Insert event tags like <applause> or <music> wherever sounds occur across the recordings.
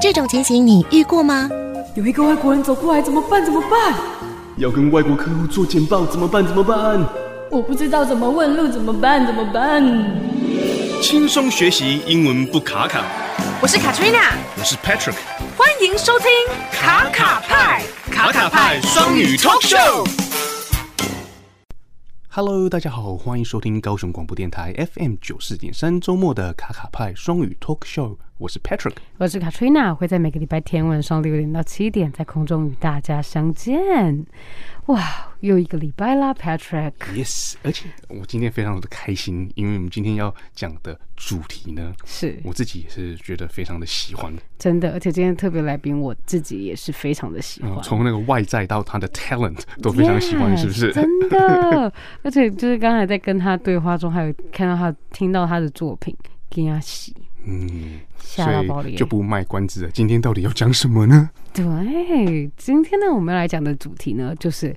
这种情形你遇过吗？有一个外国人走过来，怎么办？怎么办？要跟外国客户做简报怎么办？怎么办？我不知道怎么问路，怎么办？怎么办？轻松学习英文不卡卡。我是 Katrina，我是 Patrick，欢迎收听卡卡派卡卡派双语 talk show。 Hello，大家好，欢迎收听高雄广播电台 FM 九四点三周末的卡卡派双语 Talk Show，我是 Patrick。我是 Katrina，会在每个礼拜天晚上六点到七点在空中与大家相见。哇，又一个礼拜啦，Patrick。 Yes，而且我今天非常的开心，因为我们今天要讲的主题呢，是我自己也是觉得非常的喜欢。真的，而且今天特别来宾我自己也是非常的喜欢嗯，从那个外在到他的 talent 都非常喜欢 Yes，是不是？真的， <laughs> 而且就是刚才在跟他对话中，还有看到他听到他的作品，给他洗嗯，吓到爆所裂以就。不卖关子了。今天到底要讲什么呢？对，今天呢，我们要来讲的主题呢，就是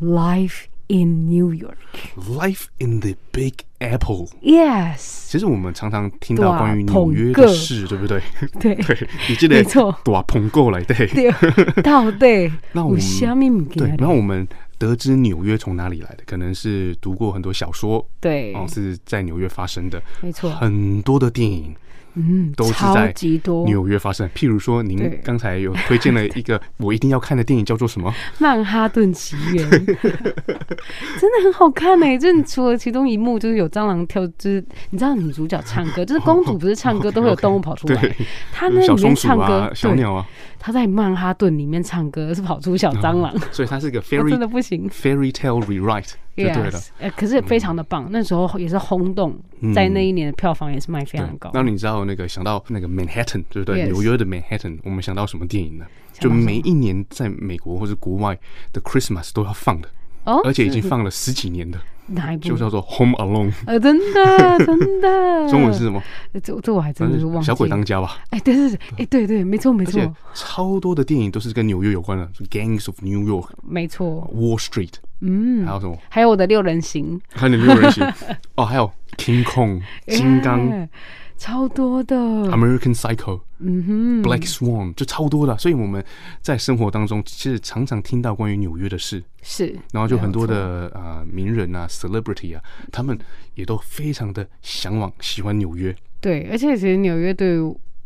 Life in New York。 Life in the Big Apple。 Yes，其实我们常常听到关于大啊捧纽约个的事，对不 <laughs> 对？对对，你记得没错短捧过来对。对，到底那我们有虾米物对件，然后我们得知纽约从哪里来的，可能是读过很多小说，对哦，是在纽约发生的，没错很多的电影嗯，都是超在级多纽约发生。譬如说，您对刚才有推荐了一个 <laughs> 我一定要看的电影，叫做什么？曼哈顿奇缘， <laughs> 真的很好看呢、就是除了其中一幕，就是有蟑螂跳，就是你知道女主角唱 <laughs> 歌，就是公主不是唱歌都会有动物 <laughs> 跑出来，对，她那小里松面鼠唱歌啊，，小对鸟啊，她在曼哈顿里面唱歌是跑出小蟑螂，所以它是一个 <laughs> 我真的 fairy 不行。 fairy tale rewrite 就对嗯了 Yes，。呃，可是非常的棒，那时候也是轰动，在那一年的票房也是卖非嗯对常高，。那你知道那个想到那个 Manhattan，对不对？ Yes 纽约的 Manhattan，我们想到什么电影呢？就想到什么每一年在美国或者国外的 Christmas 都要放的，哦，而且已经是放了十几年的，哪一部？就叫做 Home Alone，呃，真的真的， <laughs> 中文是什么？呃这这我还真反的是正忘记小鬼了当家吧。哎，对对对，哎，对对，没错没而错且超多的电影都是跟纽约有关的，Gangs of New York、没错， Wall Street，嗯还，有什么？还有我的六人行，还有没有人行？ <laughs> 哦，还有 King Kong、金刚、哎超多的， American Psycho。嗯 Black 哼， Swan 就超多的，所以我们在生活当中其实常常听到关于纽约的事，是，然后就没有很多错的呃名人啊、celebrity 啊，他们也都非常的向往、喜欢纽约。对，而且其实纽约对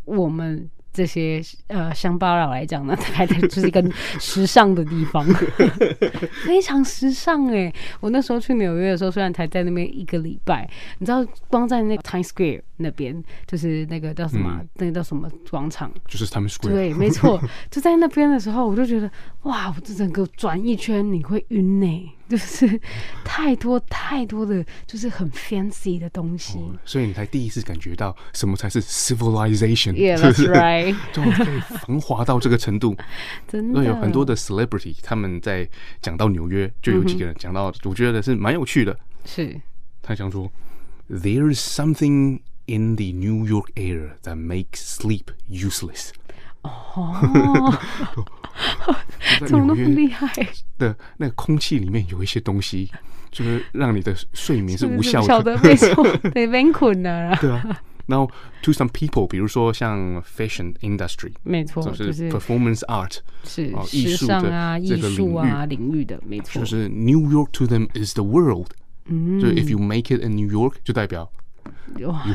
我们。这些呃乡巴佬来讲呢，大概就是 <laughs> 一个时尚的地方， <laughs> 非常时尚哎、我那时候去纽约的时候，虽然才在那边一个礼拜，你知道，光在那个 Times Square 那边，就是那个叫什么啊，嗯那个叫什么广场，就是他们 Square，对，<laughs> 没错，就在那边的时候，我就觉得哇，我这整个转一圈你会晕呢、欸就是太多太多的，就是很 fancy 的东西。哦所以你才第一次感觉到什么才是 civilization， Yeah, 是不是 that's right， <laughs> 就可以繁华到这个程度。真那的有很多的 celebrity，他们在讲到纽约，就有几个人讲到，我觉得是蛮有趣的。是他想说，There's something in the New York air that makes sleep useless。 <laughs> 哦，在怎么那纽么厉约害？的那个空气里面有一些东西，就是让你的睡眠是无效的，的。没 <laughs> 错，对，蛮困难啊，对啊，然后 to some people，比如说像 fashion industry，没错，就哦就是是 performance art，是哦艺时术尚的啊、这艺个术领域啊领域的，没错就，是 New York to them is the world。嗯，就 if you make it in New York，就代表哇，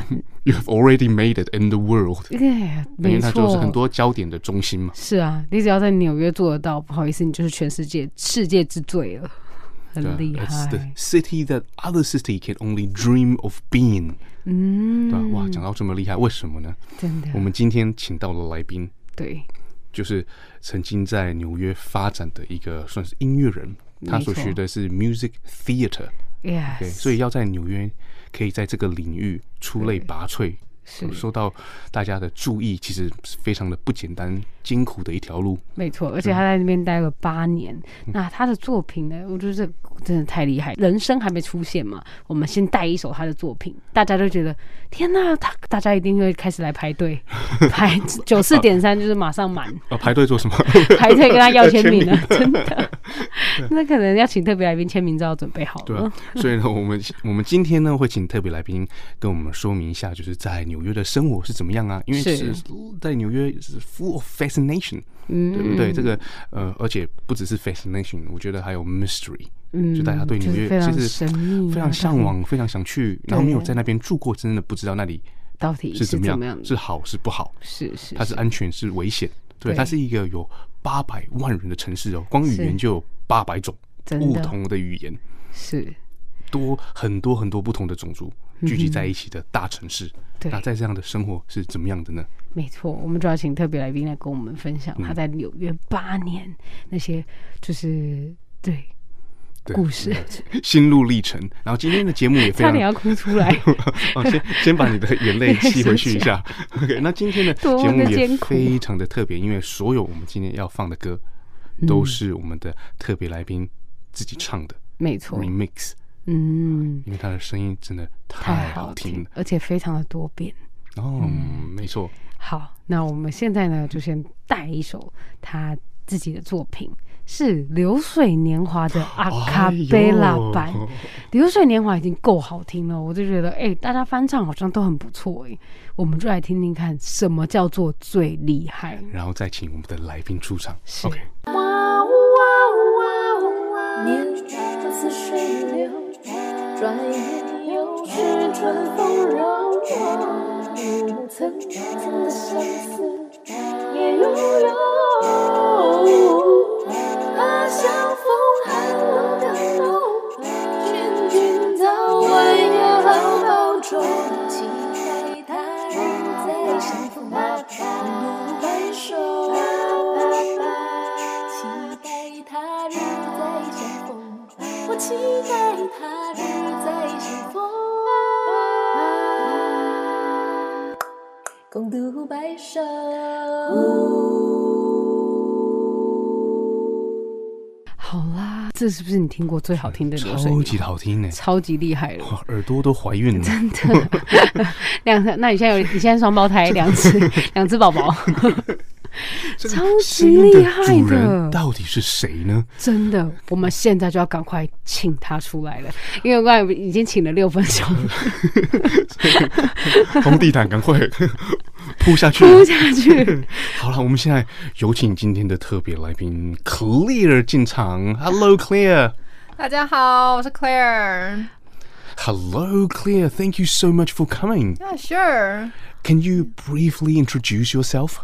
you have already made it in the world，耶，因为没它错，就是很多焦点的中心嘛。是啊，你只要在纽约做得到，不好意思，你就是全世界世界之最了，对啊很厉，It's the 害。 city that other city can only dream of being。嗯，对吧？哇，讲到这么厉害，为什么呢？真的我，们今天请到了来宾，对，就是曾经在纽约发展的一个算是音乐人，他所没错学的是 music theater，对， yes，所以要在纽约可以在这个领域出类拔萃，是受到大家的注意，其实是非常的不简单、艰苦的一条路。没错，而且他在那边待了八年。嗯那他的作品呢，我觉得这真的太厉害，人生还没出现嘛，我们先带一首他的作品，大家都觉得天哪，他大家一定会开始来排队，排九四点三就是马上满， <laughs> <laughs> 哦呃，排队做什么？ <laughs> 排队跟他要签名了，真的。那可能要请特别来宾签名照要准备好对了啊。， <laughs> 所以呢，我们我们今天呢会请特别来宾跟我们说明一下，就是在纽约的生活是怎么样啊？因为是是在纽约是 full of fascination，嗯，对不对？这个呃，而且不只是 fascination，我觉得还有 mystery，嗯就大家对纽就是约非常其实神秘啊非常向往，非常想去，然后没有在那边住过，真的不知道那里到底是是怎么怎么样样，的？是好是不好，是是，它是安全是危险，对，对它是一个有八百万人的城市哦，光语是言就有八百种真不的同的语言。是多很多很多不同的种族聚集在一起的大城市。嗯对那在这样的生活是怎么样的呢？没错，我们就要请特别来宾来跟我们分嗯享他在纽约八年、那些就是对对故事， <laughs> 心路历程。然后今天的节目也嗯非差常点要哭出 <laughs> 来。哦，先先把你的眼泪吸回去一 <laughs> 下。OK，那今天的多么节目的也艰苦非常的特别，因为所有我们今天要放的歌都是我们的特别来宾自己唱的没错，嗯 remix，嗯，因为他的声音真的太太好好听听了，。而且非常的多变。哦，没错，好，那我们现在呢，就先带一首他自己的作品，是《流水年华》 <gasps> 的哎阿嗯卡贝拉版。哎呦流水年华》已经够好听了，我就觉得，哎、大家翻唱好像都很不错，哎，我们就来听听看什么叫做最厉害。然后再请我们的来宾出场。是 OK，年过似水流，转眼又是春风柔软。层层的相思也拥有，怕相逢寒冷更浓，劝君早晚要保重。期待他日再相逢，不白首。期待他日再相逢，我期待他日再相逢，共度白首。好啦，这是不是你听过最好听的流水年超华？级好听呢。欸哦超级厉害了，哇，耳朵都怀孕了，真的。两个，那你现在有你现在双胞胎，两只 <laughs> 两只宝宝， <laughs> 这个超级声音的厉害主人的到底是谁 <laughs> 呢？真的，我们现在就要赶快请他出来了，因为我刚才已经请了六分 <laughs> 钟，红地毯，赶快 <laughs> 扑下去！啊哭下去。好了，我们现在有请今天的特别来宾 Clear 进场。Hello Clear，Hello 大家好，我是 Claire。 Clear，Thank you so much for coming. Yeah, sure. Can you briefly introduce yourself,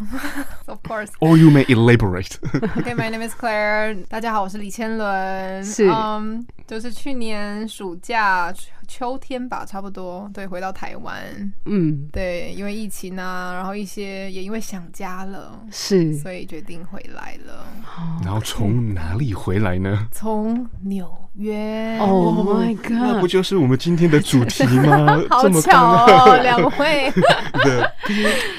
Of course. or you may <laughs> elaborate? Oh, Okay, my name is Claire. 大家好，我是李千伦。是嗯就是去年暑假、秋秋天吧，差不多，对，回到台湾。嗯，对，因为疫情啊，然后一些也因为想家了， <laughs> 是所以决定回来了。然后从哪里回来呢？从纽约。哦，Oh my 那不 God，就是我们今天的主题吗 <laughs> ？好这么巧刚哦， <laughs> 两 <laughs> 位。的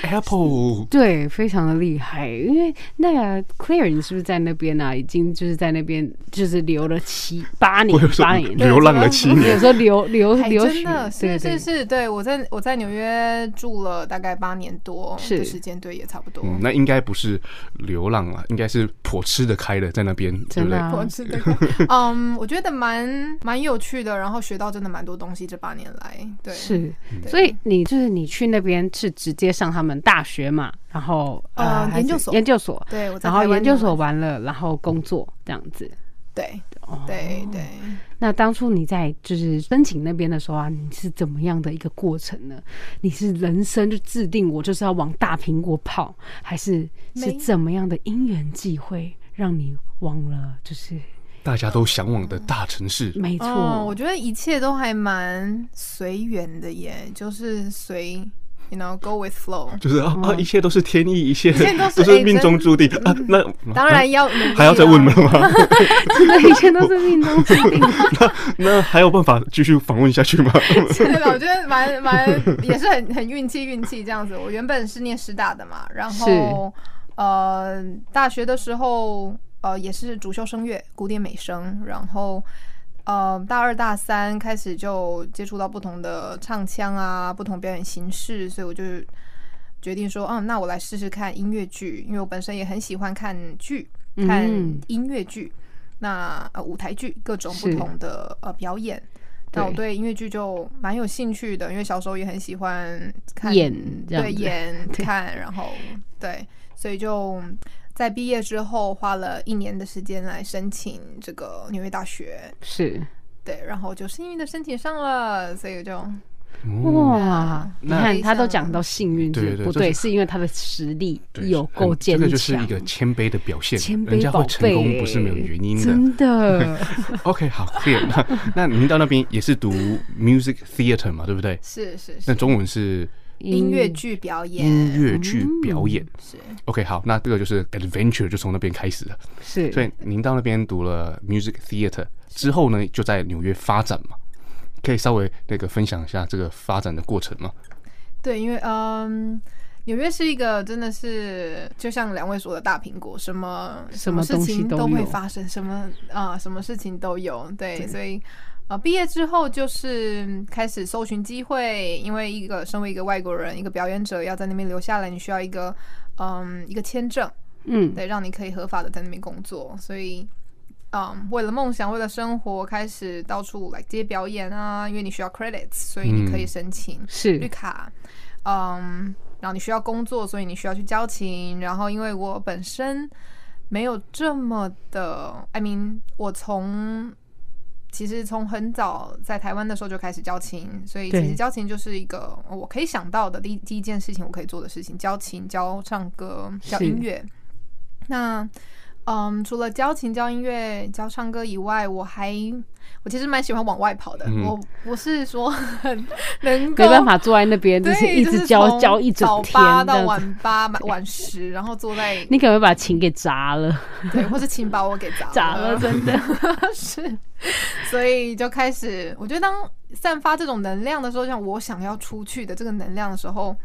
Apple。对，非常的厉害。因为那个 Clear，你是不是在那边啊？已经就是在那边就是留了七八年我有，时候八年，流浪了七有年，时候留留哎留真学的，对是对是是，对我在我在纽约住了大概八年多的是时间，对，也差不多。嗯，那应该不是流浪了，应该是颇吃得开的，在那边，对真不的对？啊我知道， <laughs> 嗯，我觉得蛮蛮有趣的，然后学到真的蛮多东西。这八年来，对，是，嗯对所以你就是你去那边是直接上他们大学嘛，然后呃还是研究所研究所，对我在然后台湾研究所念完了，然后工作这样子。对，对对。那当初你在就是申请那边的时候啊，你是怎么样的一个过程呢？你是人生就制定我就是要往大苹果跑，还是是没怎么样的因缘际会让你忘了？就是大家都向往的大城市，没错，<laughs> 嗯，我觉得一切都还蛮随缘的耶，就是随，you know，go with flow。就是啊嗯啊，一切都是天意，一切切 <laughs> 都是命中注定啊。那当然要努力还要再啊问啦了吗？ <laughs> 真的一切都是命 <laughs> 中注定。那还有办法继续访问下去吗？对吧？我觉 <laughs> 得蛮蛮也是很很运气运气这样子。我原本是念师大的嘛，然后呃大学的时候呃也是主修声乐古典美声，然后呃大二大三开始就接触到不同的唱腔啊，不同表演形式，所以我就。决定说，嗯，那我来试试看音乐剧，因为我本身也很喜欢看剧，看嗯音乐剧。那呃舞台剧各种不是同的呃表演。那我对音乐剧就蛮有兴趣的，因为小时候也很喜欢看演这样对子 <laughs> 演看，然后对，所以就在毕业之后花了一年的时间来申请这个纽约大学，是对，然后就幸运的申请上了，所以就哦，哇，你那看他都非常讲到幸运对是对对不这对，是是因为他的实力 <laughs> 对 <laughs> 有很够坚这强，个就是一个谦卑的表现，谦卑人家宝会贝成功不是没有原因的。真的 <laughs> OK，好，clear。那那您到那边也是读 music theater 嘛，对不对？是是那是中文是音嗯乐剧表音演乐剧表演。是 OK，好，那这个就是 adventure 就从那边开始了。是所以您到那边读了 music theater 之后呢，就在纽约发展嘛。可以稍微那个分享一下这个发展的过程吗？对，因为嗯。纽约是一个真的是就像两位说的大苹果，什么什么事东西情都都会有发生，什么啊、什么事情都有。对，所以呃，毕业之后就是开始搜寻机会，因为一个身为一个外国人，一个表演者要在那边留下来，你需要一个嗯一个签证，嗯对，让你可以合法的在那边工作。所以，嗯，为了梦想，为了生活，开始到处来接表演啊，因为你需要 credits，所以你可以嗯申请绿是卡，嗯，然后你需要工作，所以你需要去交情。然后，因为我本身没有这么的，I mean，我从其实从很早在台湾的时候就开始交情，所以其对实交情就是一个我可以想到的第一第一件事情，我可以做的事情，交情、教唱歌、教是音乐。那嗯，除了教琴、教音乐、教唱歌以外，我还我其实蛮喜欢往外跑的。嗯我不是说很 <laughs> 能够没办法坐在那边，就对，是一就直是教从教一整早天八到这样子晚八、晚晚十，然后坐在你可能会把琴给砸了， <laughs> 对，或是请把我给砸了砸了，真的是，所以就开始，我觉得当散发这种能量的时候，像我想要出去的这个能量的时候，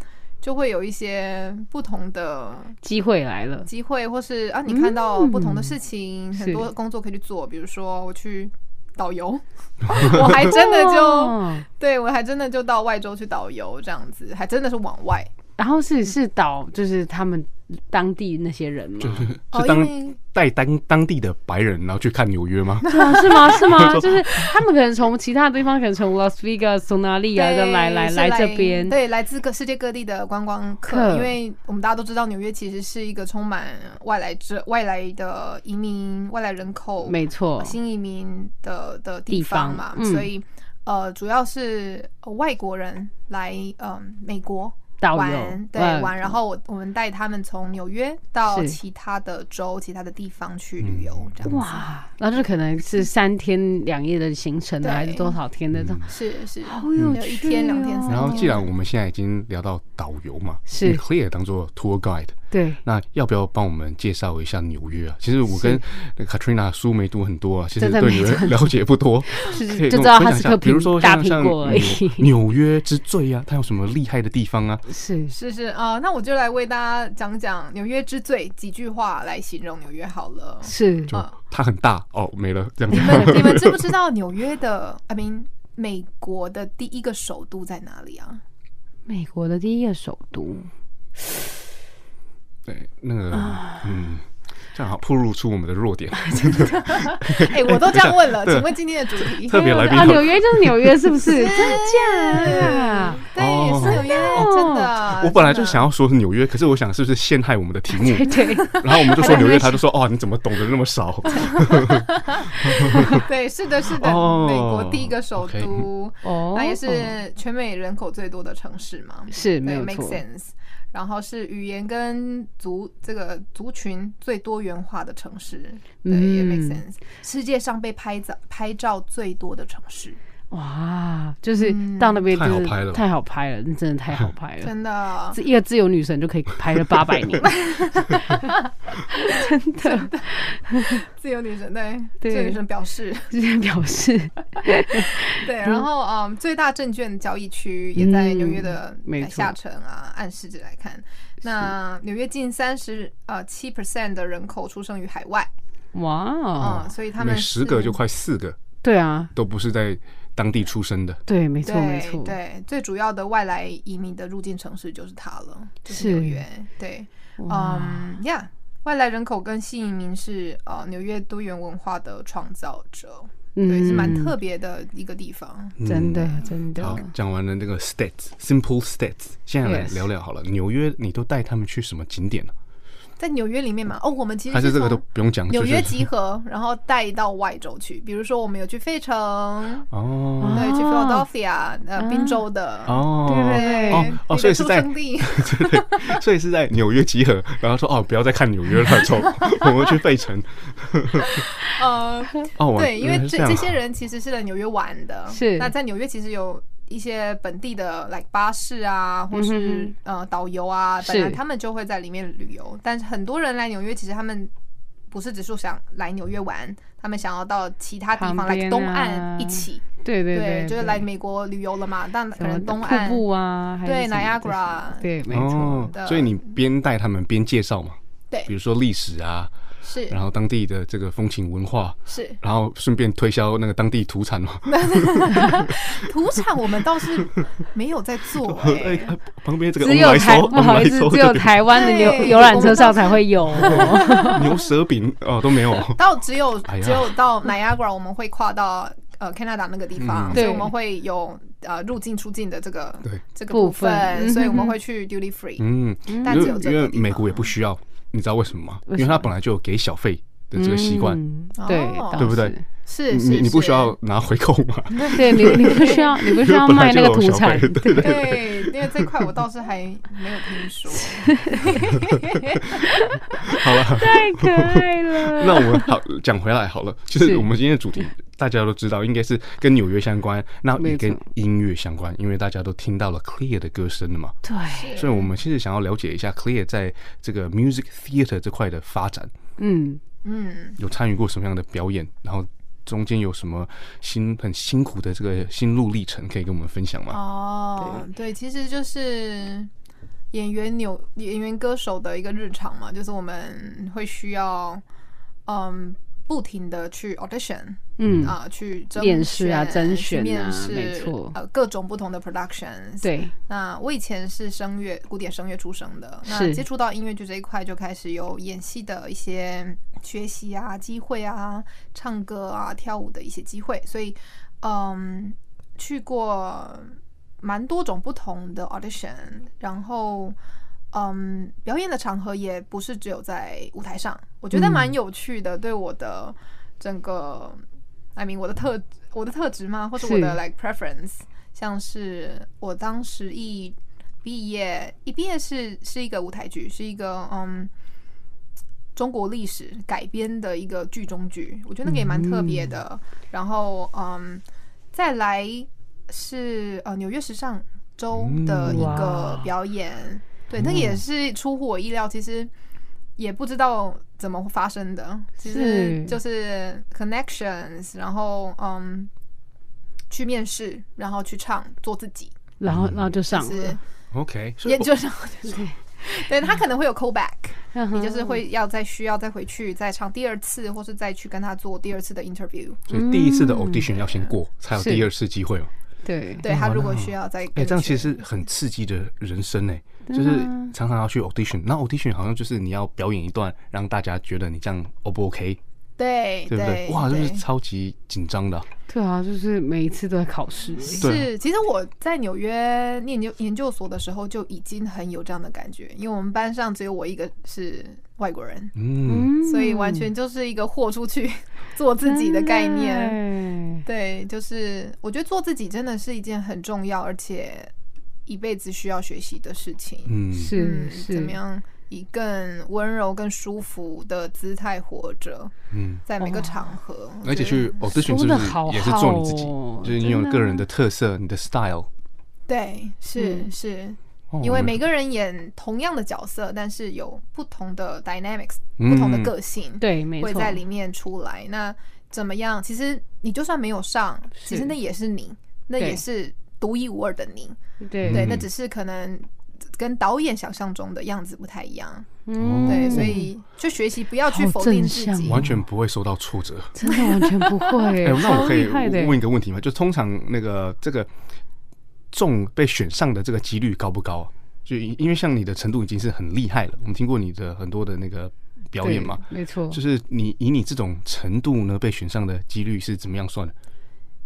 就会有一些不同的机会来了，机会，或是啊，你看到不同的事情，嗯是很多工作可以去做，比如说我去 <laughs> 导游，我还哎真的就哦对我还真的就到外州去导游这样子，还真的是往外，然后是是导就是他们当地那些人嘛，哦是当因为带当当地的白人，然后去看纽约 <laughs> 吗？对啊，是吗？是吗？就是他们可能从其他地方，可能从 Las Vegas 从哪里啊，对这样来来是来这边，嗯对，来自各世界各地的观光客客，因为我们大家都知道，纽约其实是一个充满外来者、外来的移民、外来人口、没错，新移民的的地地方方嘛，嗯所以呃，主要是呃外国人来嗯、美国。导游玩对嗯玩，然后我我们带他们从纽约到是嗯其他的州、其他的地方去旅游，这样子哇，那就可能是三天两夜的行程啊，对还是多少天的？这样是是，好有有一趣天、两天、哦三然后，天既然我们现在已经聊到导游嘛，是你可以也当做 tour guide，对，那要不要帮我们介绍一下纽约啊？其实我跟那个 Katrina 书没读很多啊，其实真的对没纽约 <laughs> 真了解不多， <laughs> 是可以就跟知我道分它享一是下颗比如苹说大像苹像果而纽已，纽约之最啊，它有什么厉害的地方啊？是是是啊、呃那我就来为大家讲讲纽约之最几句话来形容纽约好 <laughs> 了。是就嗯它很大哦，没了这样你们你子。们知不知道纽约的？I mean，美国的第一个首都在哪里 <laughs> 啊？美国的第一个首都， <laughs> 对，那个嗯，这样好暴露出我们的弱点。哎、我都这样问了，请问今天的主题？特别来宾好啊，纽约就是纽约，是不 <laughs> 是？真的假的？对，哦是纽约，真的。我本来就真的想要说是纽约，可是我想是不是陷害我们的题目？对，然后我们就说纽约，他就说哦，你怎么懂得那么少？对，是的，是的，哦美国第一个首都，哦那也是全美人口最多的城市嘛。是没对有 make 错， sense。然后是语言跟族这个族群最多元化的城市，对，也 make 嗯 sense。世界上被拍照拍照最多的城市，哇，就是到那边就是太好拍了太好拍了，真的太好拍了。 <laughs> 真的嗯这一个自由女神就可以拍了八百 <laughs> <laughs> 年，真的，自由女神对，对自由女神表示这些表示对。然后嗯，最大证券交易区也在纽约的嗯没错下城啊，按市值来看，那纽约近三十呃七 percent 的人口出生于海外，哇哦，嗯，所以他每们十个是就快四个对啊，都不是在当地出生的。对，没错，对没错，对，最主要的外来移民的入境城市就是它了，就是是纽约。对，哇嗯，Yeah，外来人口跟新移民是呃纽约多元文化的创造者，嗯对，是蛮特别的一个地方。真的真嗯好的，讲完了那个 stats，simple stats，现在来 Yes 聊聊好了。纽约，你都带他们去什么景点呢、啊在纽约里面嘛，哦，我们其实还是这个都从不用讲？纽约就是集合，然后带到外州去，比如说我们有去费城，哦对，去 Philadelphia，呃，宾州的，哦，对不对？哦你哦，的所以是在出生地 <laughs> 对对，所以是在纽约集合，然后说哦，不要再看纽约了，走， <laughs> 我们去费城。 <laughs> 呃，哦，我对，因为原来是这样这些人其实是在纽约玩的，是那在纽约其实有。一些本地的 like 巴士啊，或是、嗯呃导游啊，是本来他们就会在里面旅游，但是很多人来纽约，其实他们不是只是想来纽约玩，他们想要到其他地方旁来、边啊东岸一起，对对对，对，就是来美国旅游了嘛，但可什么能东瀑岸布啊，还是对什么这些 Niagara 对，没错哦，的所以你边带他们边介绍嘛，对比如说历史啊，是然后当地的这个风情文化，是然后顺便推销那个当地土产嘛。土产，我们倒是没有在 <laughs> 做、哎哎，哎旁边这个只有台 on 不好意思，只有台湾的游对游览车上才会有哦， <laughs> 牛舌饼哦都没有。到只有、哎呀只有到 Niagara 我们会跨到呃 Canada 那个地方，嗯所以对我们会有呃入境出境的这个对这个部部分嗯所以我们哼会去 duty free，、嗯，但因只有为这因个为地方美国也不需要，你知道为什么吗？为因什么为他本来就有给小费的这个习惯，嗯对哦，倒对不对是？是是你你不需是要拿回扣嘛？对你你不需要你不需 <laughs> 要本卖来就那个有土小产费，，对对对。对，因为这块我倒是还没有 <laughs> 听说。好 <laughs> 了，太可爱了。 <laughs> 那我们好讲回来好了，就是是我们今天的主题，大家都知道应该是跟纽约相关，那也没跟错音乐相关，因为大家都听到了 Clear 的歌声了嘛。对，所以我们其实想要了解一下 Clear 在这个 music theater 这块的发展，嗯，嗯，有参与过什么样的表演，然后中间有什么辛很辛苦的这个心路历程，可以跟我们分享吗？哦，对，其实就是演员纽演员歌手的一个日常嘛，就是我们会需要嗯不停的去 audition，嗯啊、去甄面试啊选甄去选啊面试，没错呃，各种不同的 productions。，对，那我以前是声乐古典声乐出身的，那是接触到音乐剧这一块，就开始有演戏的一些学习啊、机会啊、唱歌啊、跳舞的一些机会，所以嗯，去过蛮多种不同的 audition，然后。嗯，表演的场合也不是只有在舞台上，我觉得嗯蛮有趣的，对我的整个，I mean 我的特我的特质吗，或者我的是 like preference，像是我当时一毕业，一毕业是是一个舞台剧，是一个嗯中国历史改编的一个剧中剧，我觉得那个也蛮特别的。然后嗯，再来是呃纽约时尚周的一嗯哇嗯个表演，对，那个也是出乎我意料，其实也不知道怎么发生的，其实是就是 connections，然后嗯。去面试，然后去唱，做自己，然嗯后然后就上就了是， OK，所以哦也我 <laughs> 就是，对他可能会有 callback，你嗯你就是会要再需要再回去再唱第二次，或是再去跟他做第二次的 interview。所以第一次的嗯 audition 要先过，才有是第二次机会嘛。对对他如果需要再，嗯哎、这样其实很刺激的人生哎、啊就是常常要去 audition，那 audition 好像就是你要表演一段，让大家觉得你这样 O 不 OK，对对不对？对，哇，这对是超级紧张的啊、对啊，就是每一次都在考试，对啊是，其实我在纽约念研研究所的时候就已经很有这样的感觉，因为我们班上只有我一个是外国人，嗯，嗯所以完全就是一个豁出去做自己的概念。念，对，就是我觉得做自己真的是一件很重要，而且一辈子需要学习的事情。嗯，是嗯，是怎么样以更温柔、更舒服的姿态活着，嗯，在每个场合，我而且觉去得 audition 是说不得是好也是做你自己，好哦就是你有啊个人的特色，你的 style。对，是、嗯是，哦因为那每个人演同样的角色，但是有不同的 dynamics，、嗯不同的个性，，对，没会错，在里面出来。那怎么样？其实你就算没有上，其实那也是你，那对也是独一无二的你。对对，嗯那只是可能跟导演想象中的样子不太一样。哦嗯对，所以去学习，不要去好否定正自向己。完全不会受到挫折。真的完全不会 <laughs> 哎、，那超我可以厉害的欸问一个问题吗？就通常那个这个中被选上的这个几率高不高啊？就因因为像你的程度已经是很厉害了，我们听过你的很多的那个表演嘛。对没错，就是你以你这种程度呢被选上的几率是怎么样算的？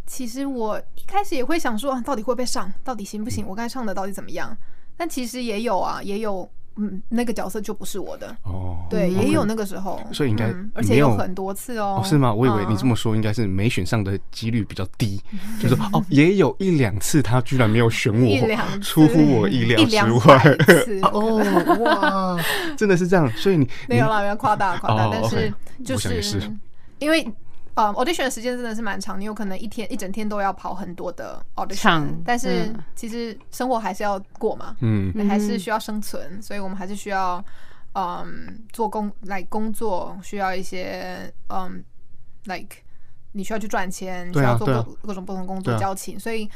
其实我一开始也会想说，啊到底会不会上，到底行不行？我该唱的到底怎么样？但其实也有啊，也有，嗯，那个角色就不是我的，哦，对， OK 也有那个时候，所以应该嗯没而且有有很多次哦哦，，是吗？我以为你嗯这么说应该是没选上的几率比较 <laughs> 低，就是说哦，也有一两次他居然没有选一我，两次出乎我意料一之两外百。次哦，哇， <laughs> 真的是这样，所以你没有你啦，没有夸大夸大，哦但是 OK，就我想也是因为。呃、a u d i t i o n 的时间真的是蛮长，你有可能一天一整天都要跑很多的 audition，场但是嗯其实生活还是要过嘛，嗯，你还是需要生存，所以我们还是需要，嗯，做工来工作，需要一些，嗯，like 你需要去赚钱，对啊需对要啊做各、各种不同工作对啊交情，所以，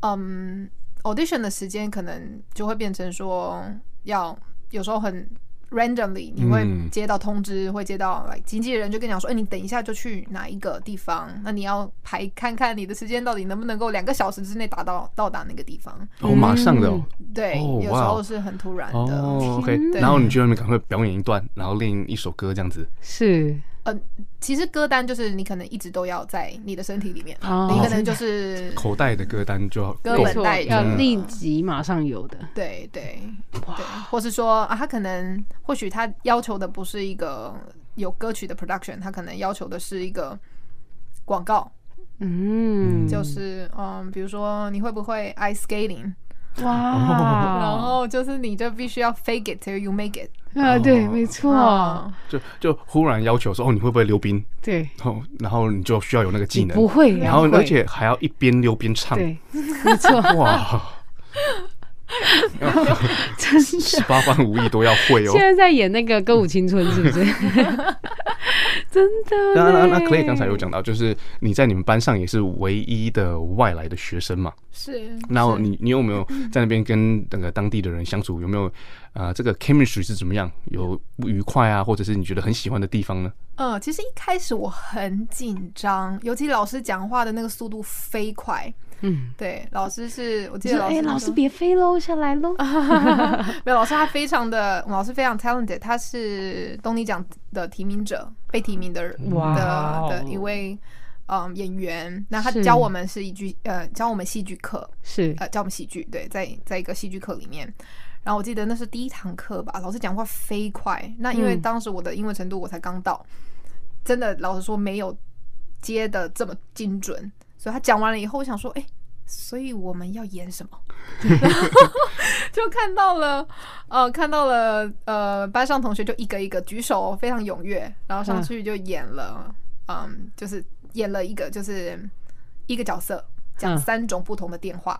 嗯，audition 的时间可能就会变成说要有时候很 randomly，你会嗯接到通知，会接到 like 经纪人就跟你讲说，哎、你等一下就去哪一个地方，那你要排看看你的时间到底能不能够两个小时之内达到到达那个地方。哦，马上的哦，嗯对，哦有时哇哦候是很突然的。哦，OK，天哪然后你就在那边赶快表演一段，然后练一首歌这样子，是其实歌单就是你可能一直都要在你的身体里面，哦你可能就是口袋啊的歌单就好歌够嗯没本了。错，带要着立即马上有的，对对对，或是说啊，他可能或许他要求的不是一个有歌曲的 production，他可能要求的是一个广告，嗯，就是嗯，比如说你会不会 ice skating，、啊哇，然后就是你就必须要 fake it till you make it，啊，哦对，没错，嗯就就忽然要求说哦，你会不会溜冰？对，然后然后你就需要有那个技你能，不会，然后要会而且还要一边溜边唱， <laughs> 对，没错，哇，真的。十八般武艺都要会 <laughs> 哦现。在在演那个《歌舞青春》是不 <laughs> 是？真的那那嘞。那 Clay 刚才有讲到，就是你在你们班上也是唯一的外来的学生嘛？是然后你你有没有嗯在那边跟那个当地的人相处？有没有啊、呃这个 chemistry 是怎么样？有不愉快啊，或者是你觉得很喜欢的地方呢？嗯，其实一开始我很紧张，尤其老师讲话的那个速度飞快。嗯，对，老师是我记你说得老师哎，那老时师候别飞喽，下来喽。 <laughs> 没有老师他非常的，老师非常 talented，他是东尼奖的提名者，被提名的人哇的哦的一位嗯演员。那他是教我们是一句呃教我们戏剧课，是呃教我们戏剧，对，在在一个戏剧课里面。然后我记得那是第一堂课吧，老师讲话飞快。那因为嗯当时我的英文程度我才刚到，真的老实说没有接的这么精准，所以他讲完了以后，我想说，哎、所以我们要演什么？ <laughs> 就看到了，呃，看到了，呃，班上同学就一个一个举手，非常踊跃，然后上去就演了，嗯就是演了一个，就是一个角色，讲嗯三种不同的电话，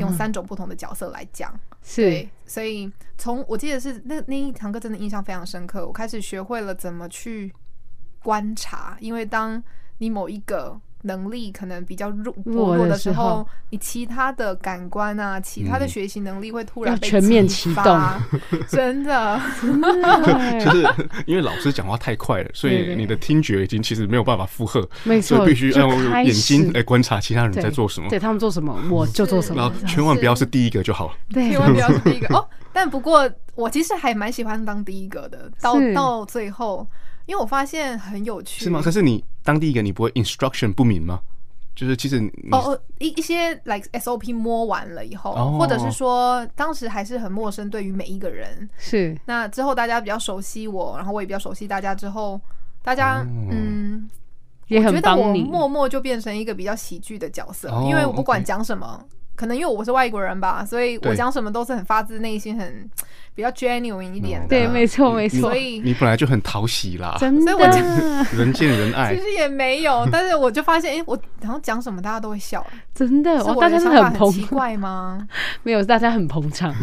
用三种不同的角色来讲。啊是对，所以从我记得是那那一堂课真的印象非常深刻，我开始学会了怎么去观察，因为当你某一个能力可能比较弱薄弱弱的的时候你其他的感官啊，其他的学习能力会突然要被全面启启发，<laughs> 真的，就对，是因为老师讲话太快了，所对以对你的听觉已经其实没有办法负荷，没所错，以必须就要用开眼始睛来观察其他人对在做什么，嗯对他们做什么我就做什然么后，千万不要是第一个就好。对千，万不要是第一个哦。但不过我其实还蛮喜欢当第一个的，到是到最后，因为我发现很有趣，是吗？可是你当第一个，你不会 instruction 不明吗？就是其实你哦，哦，一一些 like SOP 摸完了以后，哦或者是说当时还是很陌生，对于每一个人。是那之后大家比较熟悉我，然后我也比较熟悉大家之后，大哦家、嗯，也觉很得我帮你，默默就变成一个比较喜剧的角色，哦因为我不管 OK 讲什么。可能因为我是外国人吧，所以我对讲什么都是很发自内心、很比较 genuine 一嗯点的。对，没错没所错，以你本来就很讨喜 <laughs> 啦，真所以我就的人见人爱其。实也没有，但是我就发现，哎、我好像讲什么大家都会笑，真的，是哇我哦大家的是想法很很奇捧，怪吗？没有，大家很捧 <laughs> 场，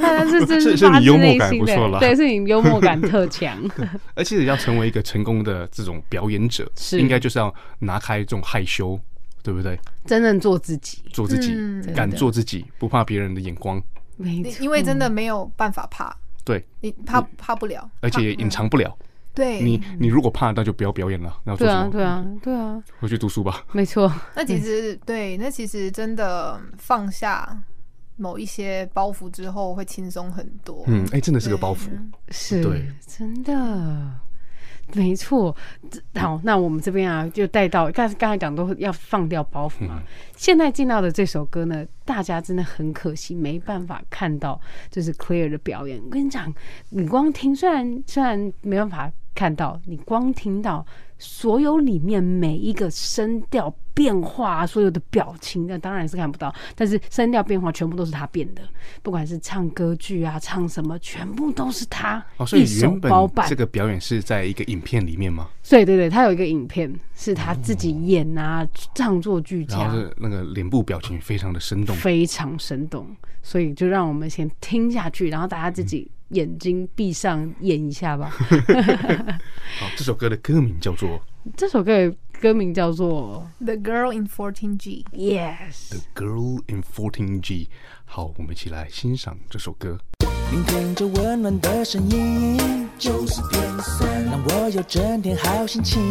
大家是真是是是你发自幽默内感心不错的，啦对，是你幽默感特 <laughs> 强，而且要成为一个成功的这种表演者，是应该就是要拿开这种害羞，对不对？真正做自己，做自己，嗯真敢的做自己，不怕别人的眼光，没你错，因为真的没有办法怕，对，你怕怕不了，而且也怕隐藏不了。对你你如果怕，那就不要表演了，那要做对什啊么？对啊对啊，回去读书吧。没错，那其实对，那其实真的放下，某一些包袱之后，会轻松很多。嗯，哎、真的是个包袱。是，对真的，没错。嗯这好，那我们这边啊，就带到刚刚才讲都要放掉包袱嗯嘛。现在进到的这首歌呢，大家真的很可惜，没办法看到就是 Clear 的表演。我跟你讲，你光听，虽然虽然没办法看到，你光听到所有里面每一个声调变化，啊所有的表情，那当然是看不到，但是声调变化全部都是他变的，不管是唱歌剧啊，唱什么，全部都是他、哦，所一以手原本包办这。个表演是在一个影片里面吗？对对对，他有一个影片是他自己演啊，唱作俱佳。然后是那个脸部表情非常的 <laughs> 生动，非常生动，所以就让我们先听下去，然后大家自己眼睛闭上演一 <laughs> 下吧。好，这首歌的歌名叫做这首歌的歌名叫做 The Girl in《14G，Yes》。 《Girl in 14 G》。好，我们一起来欣赏这首歌。聆听着温暖的声音，九四点三，让我有整天好心情。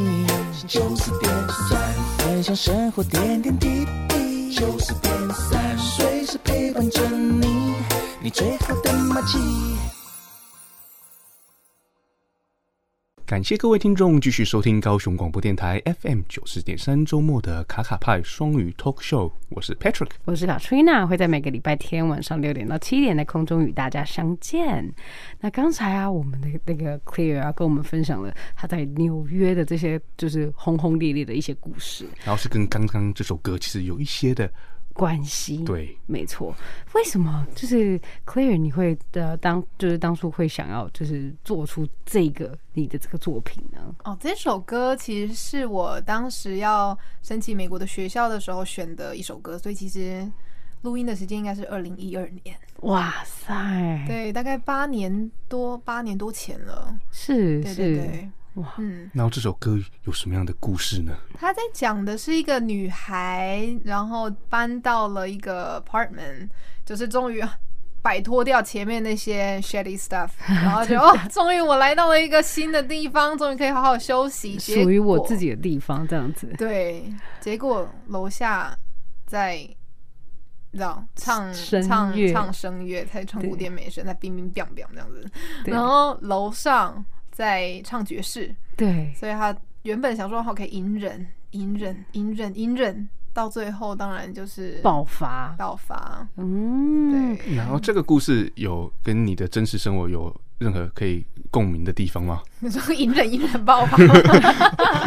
九四点三，分享生活点点滴滴。九四点三，随时陪伴着你，你最好的默契。感谢各位听众继续收听高雄广播电台 FM 九十点三周末的卡卡派双语 Talk Show，我是 Patrick。我是 Katrina，会在每个礼拜天晚上六点到七点在空中与大家相见。那刚才啊，我们的那个 Clear 啊，跟我们分享了他在纽约的这些就是轰轰烈烈的一些故事然后是跟刚刚这首歌其实有一些的关系。对，没错。为什么就是 Claire 你会呃当就是当初会想要就是做出这个你的这个作品呢？哦，这首歌其实是我当时要申请美国的学校的时候选的一首歌，所以其实录音的时间应该是二零一二年，嗯哇塞，对，大概八年多，八年多前了。是对是对对，哇嗯，然后这首歌有什么样的故事呢？他在讲的是一个女孩，然后搬到了一个 apartment，就是终于摆脱掉前面那些 <laughs> shady stuff，然后就哦，终于我来到了一个新的地方，终于可以好好休息。结属于我果自己的地方这样子。对，结果楼下在，你知道唱声唱乐唱声乐，在唱古典美声，在冰冰 biang biang 这样子，对然后楼上在唱爵士，对，所以他原本想说好可以隐忍，隐忍，隐忍，隐忍，到最后当然就是爆发，爆发，嗯，对。然后这个故事有跟你的真实生活有任何可以共鸣的地方吗？你说隐忍隐忍爆发， <laughs>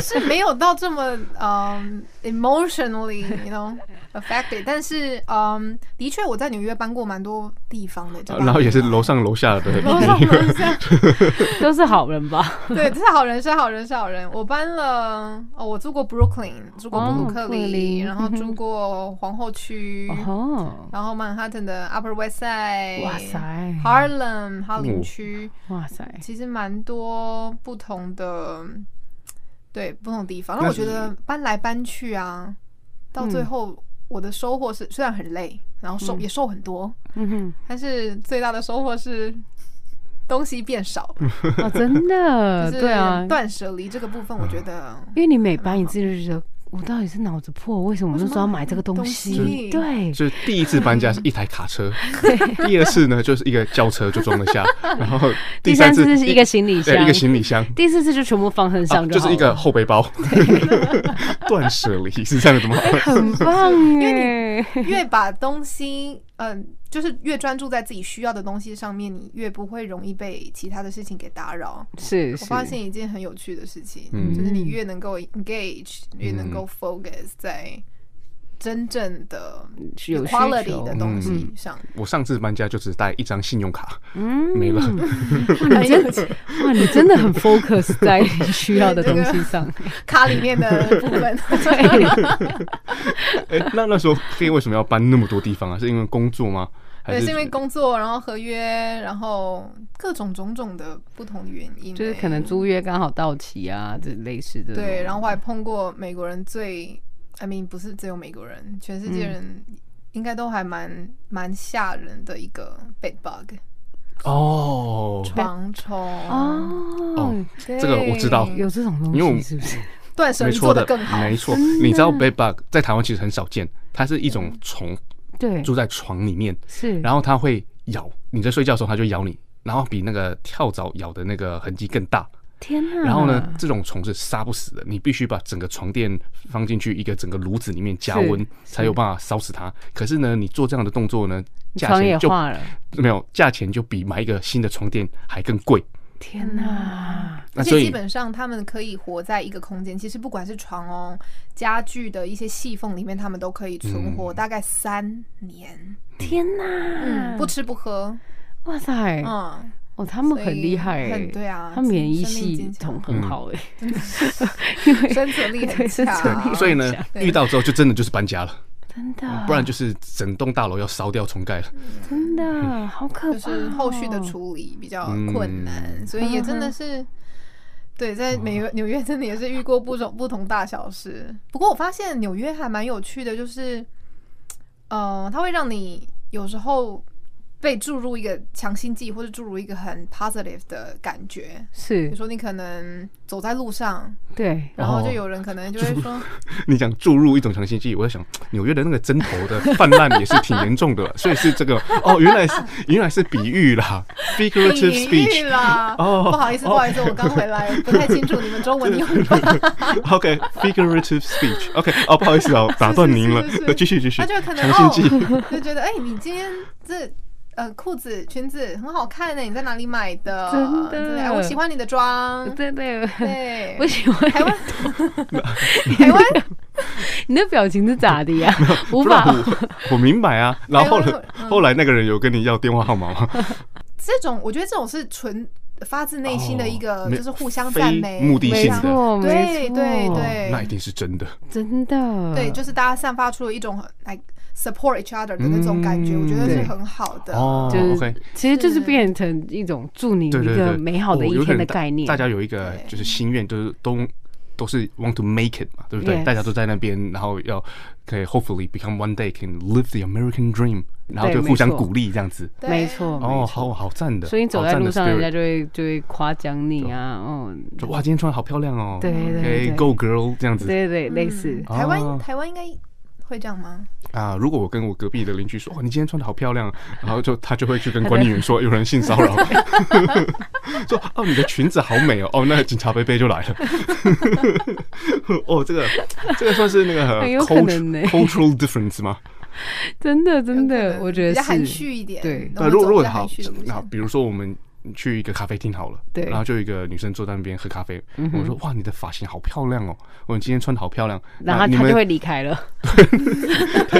是没有到这么嗯、emotionally you know affected，但是嗯的确我在纽约搬过蛮多地方的，这啊八然后也是年楼上楼下的一楼个上楼下，都是好人 <laughs> 吧？对，这是好人是好人是好人。我搬了哦，我住过 Brooklyn，住过布鲁克哦布鲁克利，林然后住过皇后区，哦，然后曼哈顿的 Upper West 哇 Side。塞，哦 Harlem 哈林区，哇塞，其实蛮多不同的，对不同地方。那那我是觉得搬来搬去啊，到嗯最后我的收获是，虽然很累，然后瘦、也瘦很多，嗯但是最大的收获是东西变少，哼，哦，真的， <laughs> 就是对啊，断舍离这个部分，我觉 <laughs> 得因为你每搬一次就觉得。我到底是脑子破？为什么我那时候要买这个东东西？西对，就是第一次搬家是一台卡车，第二次呢就是一个轿车就装得 <laughs> 下，然后第三三次次是一个行李对箱，一个行李箱，第四次就全部放身啊上就是一好了个后背 <laughs> 包，断舍离是这样子吗？ <laughs> 很棒哎，越把东西，嗯、就是越专注在自己需要的东西上面，你越不会容易被其他的事情给打扰。 <laughs> 是我是，发现一件很有趣的事情，嗯就是你越能够 engage，越能够 focus 在真正的嗯是有需 quality 求的东西上。我上次搬家就只带一张信用卡，嗯没了。 <laughs> 哇，你真哇，你真的很 focus 在 <laughs> 你需要的东西上， <laughs> 卡里面的部分，哎、那那时候飞为什么要搬那么多地方啊？是因为工作吗？还对，是是因为工作，然后合约，然后各种种种的不同的原因，欸就是可能嗯租约刚好到期啊，这类似的。对，然后我还碰过美国人最，I mean 不是只有美国人，全世嗯界人应该都还蛮蛮吓人的一个 bed bug 哦，床虫哦，对这个我知嗯道有这种东因为我西是不是？断舍没离错做的的更好，嗯没错。你知道 bed bug 在台湾其实很少见，它是一种虫，对，住在床里面，是，然后它会咬你在睡觉的时候，它就咬你，然后比那个跳蚤咬的那个痕迹更大。天哪，然后呢，这种虫是杀不死的，你必须把整个床垫放进去一个整个炉子里面加温是，才有办法烧死它。可是呢，你做这样的动作呢，价床也钱就化了，没有，价钱就比买一个新的床垫还更贵。天哪，那而所且以基本上他们可以活在一个空间，其实不管是床哦、家具的一些细缝里面，他们都可以存嗯活大概三年，天哪，嗯，不吃不喝，哇塞， <laughs> 嗯，哦，他们所以很厉害哎很，对啊他们免疫生命系坚强统很好哎，嗯 <laughs> 生存力很对生强，存力所 <laughs> 以呢，对遇到之后就真的就是搬家了，真的，不然就是整栋大楼要烧掉重盖了。真的好可就怕哦，是后续的处理比较困难，嗯所以也真的是。对，在美约纽约真的也是遇过不种不同大小事。不过我发现纽约还蛮有趣的，就是，呃，它会让你有时候被注入一个强心剂，或者注入一个很 positive 的感觉。比是如，说，你可能走在路上，对，然后就哦有人可能就会 <laughs> 说，你讲注入一种强心剂，我在想纽约的那个针头的泛滥也是挺严重的，所以是这个哦，原来是原来是比喻 <laughs> 啦，figurative 比喻 <laughs> speech。啦，哦不好意思，哦不好意思，我刚回来，不太清楚你 <laughs> 们中文用语。 OK，figurative speech。OK，哦，不好意思哦，打断您了 <laughs> 是是是，那继续继续他就可，能强心剂。哦， <laughs> 就觉得哎、你今天这呃裤子裙子很好看呢、你在哪里买的？真的对哎我喜欢你的妆。对对，对，我喜欢台 <laughs> 湾，台湾，你的表情是咋的呀？无不然法，我我明白 <laughs> 啊。然后哎呢我嗯，后来那个人有跟你要电话号码吗？这种我觉得这种是纯发自内心的一个哦，没就是互相赞美，非目的没性的错，没对错，对哦对那一定是真的。真的，嗯对，就是大家散发出了一种很 like support each other 的那种感觉，嗯我觉得是对很好的。嗯哦就是，OK，其实就是是变成一种祝你一对对对个，美好的哦一有可天能的大概念。大家有一个对就是心愿，就是都都是 want to make it 嘛，对不对 Yes 大家都在那边，然后要可以 hopefully become one day can live the American dream，然后对就没互相错鼓励这样子。对没错，哦，没错好好赞的，所以你走好在赞路的上，人家 spirit 就会就会夸奖你啊，哦，就哇，今天穿得好漂亮哦，对对对 o k go girl 这样子对对，类似嗯，台湾哦台湾应该会这样吗？啊。如果我跟我隔壁的邻居说，哇，哦你今天穿的好漂亮，然后就他就会去跟管理员说有人性骚扰， <laughs> 说哦你的裙子好美哦，哦那警察贝贝就来了， <laughs> 哦这个这个算是那个很 c 有 u 可 l t u r 能呢 cultural difference <laughs> 吗？真的真有可的，能我觉比较得含是，蓄一点。对那那我如果如果走比较含好蓄的路，那线比如说我们去一个咖啡厅好了，对嗯然后就有一个女生坐在那边喝咖啡，我说哇，你的发型好漂亮哦，我今天穿的好漂亮，然那后你他们就会离开了，他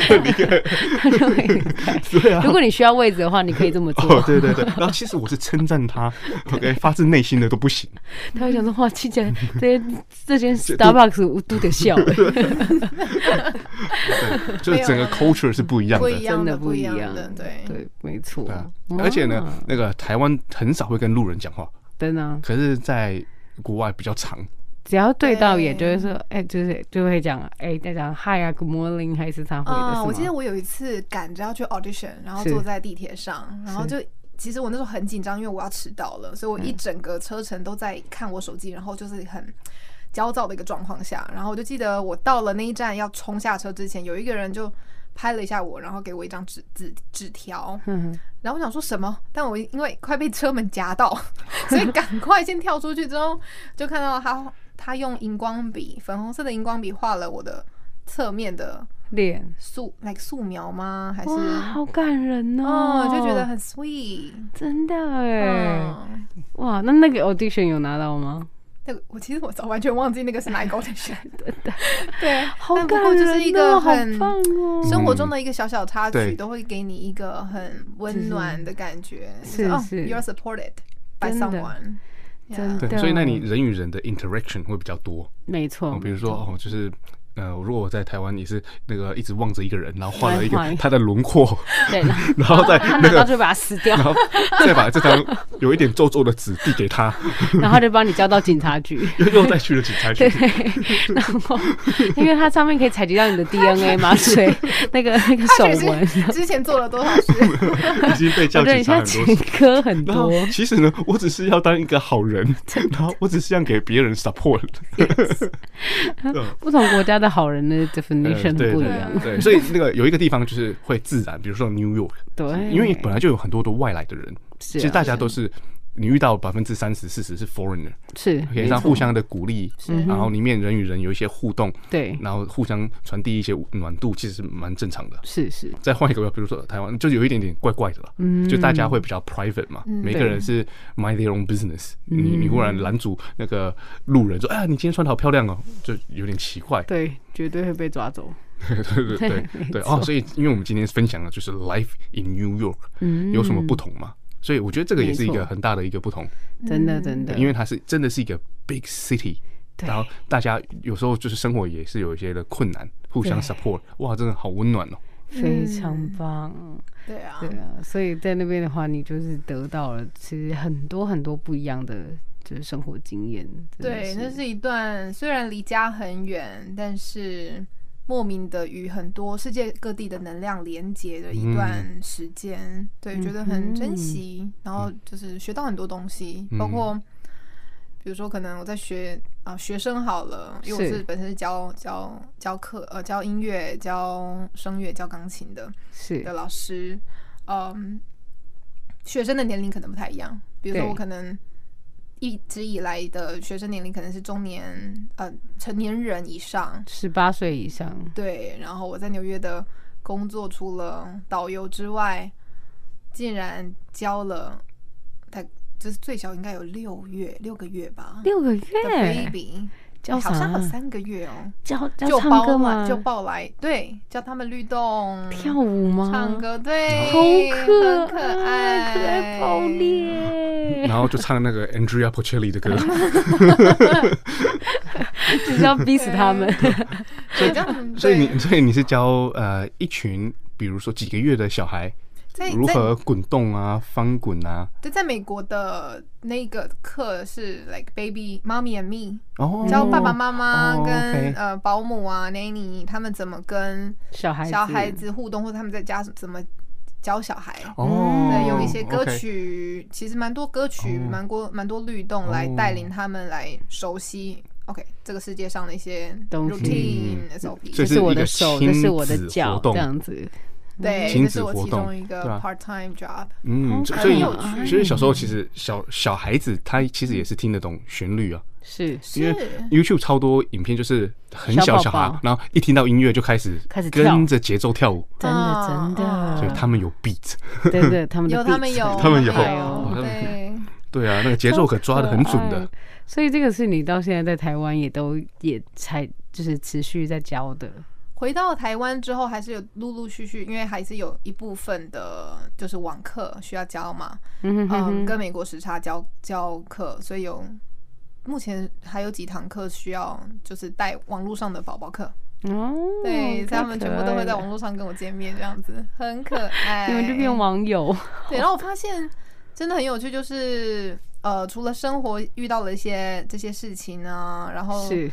就会离开，对啊如。果你需要位置的话，你可以这么 <laughs> 哦做，。对对对，然后其实我是称赞他，OK，发自内心的都不行。他会想说：“哇，这家这这间 Starbucks 我都得笑了。对，就是整个 culture 是不一样不的。一样真的不一样的，对。对，没错对啊。，哇而且呢，那个台湾很少会跟路人讲话，真的啊，可是在国外比较常。只要对到眼，就对会说，哎、就是就会讲，哎、大家 Hi 啊，Good morning，还是他回的、是啊、吗我记得我有一次赶着要去 audition，然后是坐在地铁上，然后是嗯就其实我那时候很紧张，因为我要迟到了，所以我一整个车程都在看我手机，然后就是很。焦躁的一个状况下，然后我就记得我到了那一站要冲下车之前，有一个人就拍了一下我，然后给我一张纸纸纸条， <laughs> 嗯然后我想说什么，但我因为快被车门夹到，所以赶快先跳出去。之后就看到他，他用荧光笔，粉红色的荧光笔画了我的侧面的脸，素 like 素描吗？还是哇，好感人哦，哦，就觉得很 sweet。真的哎、嗯，哇，那那个 audition 有拿到吗？那个我其实我早完全忘记那个是哪一 <laughs> 个 audition。对，好但感不人、过哦，就是一个好很棒哦，生活中的一个小小插曲，对都会给你一个很温暖的感觉。是就是哦，you're supported by 真的 someone。真对的，所以那你人与人的 interaction 会比较多。没错哦，比如说哦，就是。呃，如果我在台湾也是那个一直望着一个人，然后画了一对个他的轮廓， <laughs> 对，然后然后再他那拿个到就把它撕 <laughs> 掉，然后再把这张有一点皱皱的纸递给他， <laughs> 然后就把你交到警察局。 <laughs> 又又再去了警察局对，。然后因为它上面可以采集到你的 DNA <laughs> 嘛，所以那个那个手这纹，是 <laughs> 之前做了多少事？已经被我叫觉得你警察哦现在很多次前。科很 <laughs> 然后多，其实呢，我只是要当一个好人，然后我只是要给别人 support。不同国家的好人嗯的呃 definition 对不一对样，对，所以那个有一个地方就是会自然，比如说 New York，对，因为本来就有很多的外来的人，是其啊实大家都是你遇到百分之三十、四十是 foreigner，是可以让互相的鼓励，然后里面人与人有一些互动，啊对，然后互相传递一些暖度，其实蛮正常的。是是，再换一个，比如说台湾，就有一点点怪怪的了。嗯就大家会比较 private 嘛，每个人是 mind their own business 你。你忽嗯然拦阻那个路人说：“哎呀，你今天穿的好漂亮哦！”就有点奇怪。对，绝对会被抓走。对对对对对哦，所以因为我们今天分享的就是 life in New York，、嗯有什么不同嘛？所以我觉得这个也是一没个错很大的一个不同，真的真的，因为它是真的是一个 big city，对然后大家有时候就是生活也是有一些的困难，互相对 support，哇，真的好温暖哦。嗯非常棒。 <laughs> 对啊，对啊，所以在那边的话，你就是得到了其实很多很多不一样的就是生活经验。真的对，那是一段虽然离家很远，但是莫名的与很多世界各地的能量连接的一段嗯时间，对，觉得很珍惜，然后就是学到很多东西，嗯包括比如说可能我在学啊、学生好了，因为我是是本身是教教教课呃教音乐、教声乐、教钢琴的，的是老师，嗯，学生的年龄可能不太一样。比如说，对我可能一直以来的学生年龄可能是中年，呃，成年人以上。十八岁以上，对，然后我在纽约的工作，除了导游之外，竟然教了，大就是最小应该有六月六个月吧。六个的月 baby 教啥好？像有三个月哦，教教就唱歌包来吗？就抱来，对，教他们律动、跳舞吗？唱，歌，嗯对，好很可可爱，可爱爆裂！然后就唱那个 Andrea Bocelli 的歌， <laughs> 就是要逼死他们。所以这样，所以对你所以你是教呃一群，比如说几个月的小孩在如在何滚动啊、翻滚啊，对在美国的那个课是 like baby mommy and me，哦，教爸爸妈妈哦跟、 OK 呃保姆啊 nanny 他们怎么跟 <laughs> 小孩，小孩，子互动，或者他们在家怎么教小孩。哦，对，有一些歌 OK 曲其实蛮多歌曲，哦蛮多蛮多律动来带领他们来熟悉。OK，这个世界上的一些东西 routine 所以 SOP，这是是我一个的手，这是我的亲子脚活，动这样子。对，亲这子是我活其动中一个对啊 part time job。嗯，好所以可爱所以小时候其实小小孩子他其实也是听得懂旋律啊，是因为 YouTube 超多影片就是很小小宝小孩宝，然后一听到音乐就开始开始跳跟着节奏跳舞，真的，真啊所以的， <laughs> 他们有 beat，真的， <laughs> 他们的有他们 beats 有，他们有有，他们对，对啊，那个节奏可抓的很准超可爱的，所以这个是你到现在在台湾也都也才就是持续在教的，回到台湾之后，还是有陆陆续续，因为还是有一部分的，就是网课需要教嘛，嗯哼哼嗯，哼跟美国时差教教课，所以有目前还有几堂课需要就是带网络上的宝宝课，哦，对，太他们可全部都爱会在了网络上跟我见面，这样子很可 <laughs> 爱。你们就变网友，对，然后我发现真的很有趣，就是呃，除了生活遇到了一些这些事情啊，然后 <laughs> 是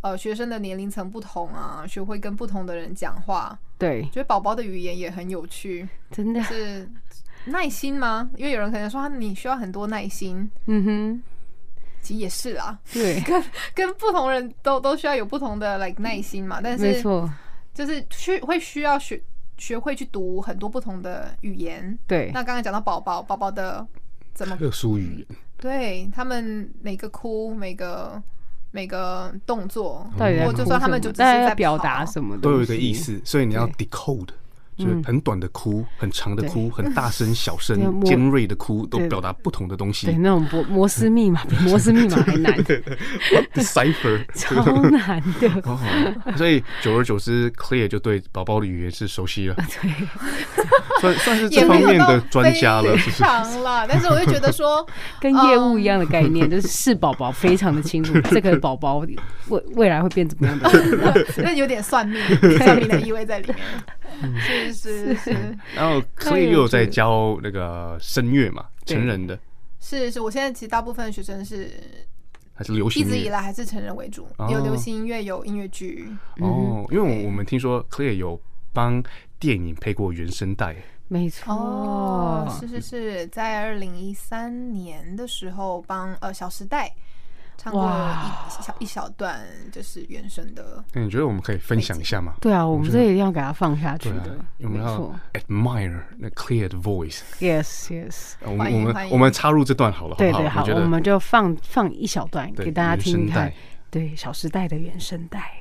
呃学生的年龄层不同啊，学会跟不同的人讲话，对，觉得宝宝的语言也很有趣，真的，是耐心吗？因为有人可能说啊你需要很多耐心，嗯其实也是啦，哼，对，跟不同人都都需要有不同的 like 耐心嘛， <laughs> 但没是错，就是需会需要学学会去读很多不同的语言。对那，刚刚讲到宝宝，宝宝的怎么特殊语言，对他们每个哭，每个每个动作，到底在我哭就说他什们么就只是大家在要表跑达什么都有一东个西嗯意，思，所以你要 decode。就是很短的哭，很长的哭，很大声、小 <laughs> 对声、我尖锐的哭，都对表达不同的东西。对，那种摩摩斯密码比摩斯密码 <laughs> 还难， <laughs> Cipher，超难的， <laughs> 哦，所以久而久之，Clear 就对宝宝的语言是熟悉了，啊对，算算是也这没方有面到的专家了，是非不是？常啦，但是我就觉得 <laughs> 说，跟业务一样的概念，就是是宝宝非常的清 <laughs> 楚，这个宝宝未未来会变怎么样的人，那有点算 <laughs> 命，算命的意味在里面。嗯是是是然后太 Clear 有又趣有在了教那个声乐嘛，对成人的是是，我现在其实大部分学生是还是流一行直以乐？来还是成人为主，哦有流行音乐，有音乐剧，嗯哦，因为我我们听说 Clear 有帮电影配过原声带，没错，哦哦是是是，在二零一三年的时候帮呃《小时代》唱过哇一小一小段，就是原声的。那你觉得我们可以分享一下吗？对啊，我们这一定要给它放下去对啊的，，我没们要错 admire 那 clear 的 voice。 ，yes yes，呃我们欢迎我欢们迎我们插入这段好了，对好对，不好，我觉我得们就放放一小段对给大家听听看原声，对《小时代》的原声带。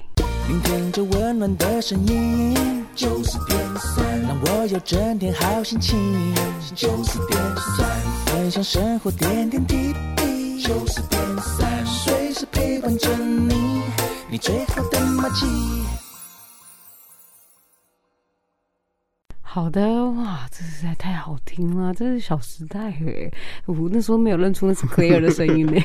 聆听这温暖的声音，九四点三，让我有整天好心情。九四点三，分享生活点点滴滴。九四点三，随时陪伴着你，你最好的默契。好的，哇，这实在太好听了，这是《小时代》哎，我那时候没有认出那是 Clear 的声音呢。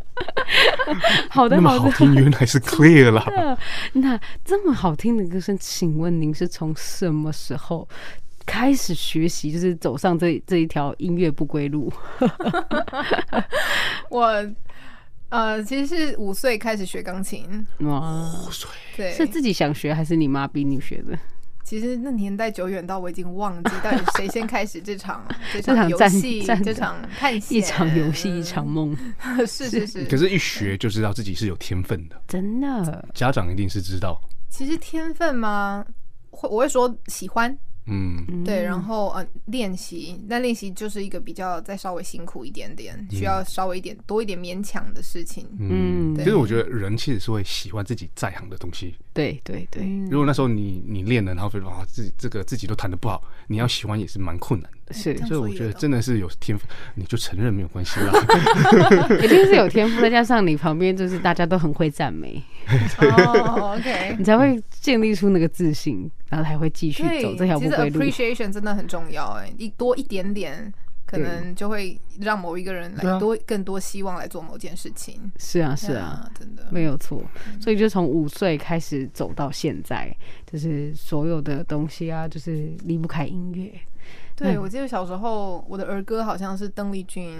<laughs> 好的，那么好好的，听，原来是 clear <laughs> 啦。那这么好听的歌声，请问您是从什么时候开始学习，就是走上这这一条音乐不归路？我呃，其实是五岁开始学钢琴，哇，对，是自己想学还是你妈逼你学的？其实那年代久远到我已经忘记 <laughs> 到底谁先开始这场这这场场游战戏、战这场探险、一场游戏一场梦， <laughs> 是是是。可是，一学就知道自己是有天分的，真的家长一定是知道。其实天分吗？会我会说喜欢，嗯，对，然后呃练习，但练习就是一个比较再稍微辛苦一点点，需要稍微一点多一点勉强的事情。嗯，对其实我觉得人其实是会喜欢自己在行的东西。对对对，嗯如果那时候你你练了，然后觉得啊自己这个自己都弹得不好，你要喜欢也是蛮困难的。是哎这样所以说我也觉得懂真的是有天分，你就承认没有关系 <laughs> 啦。一定是有天赋，再加上你旁边就是大家都很会赞美， <laughs> 哦 <laughs>，OK，你才会建立出那个自信，然后才会继续对，走这条其不实归路。 appreciation 真的很重要、哎，一多一点点，可对能就会让某一个人对来啊多、更多希望来做某件事情。是啊，是啊，呀，真的没有错。所以就从五岁开始走到现在，就是所有的东西啊，就是离不开音乐。对，嗯我记得小时候我的儿歌好像是邓丽君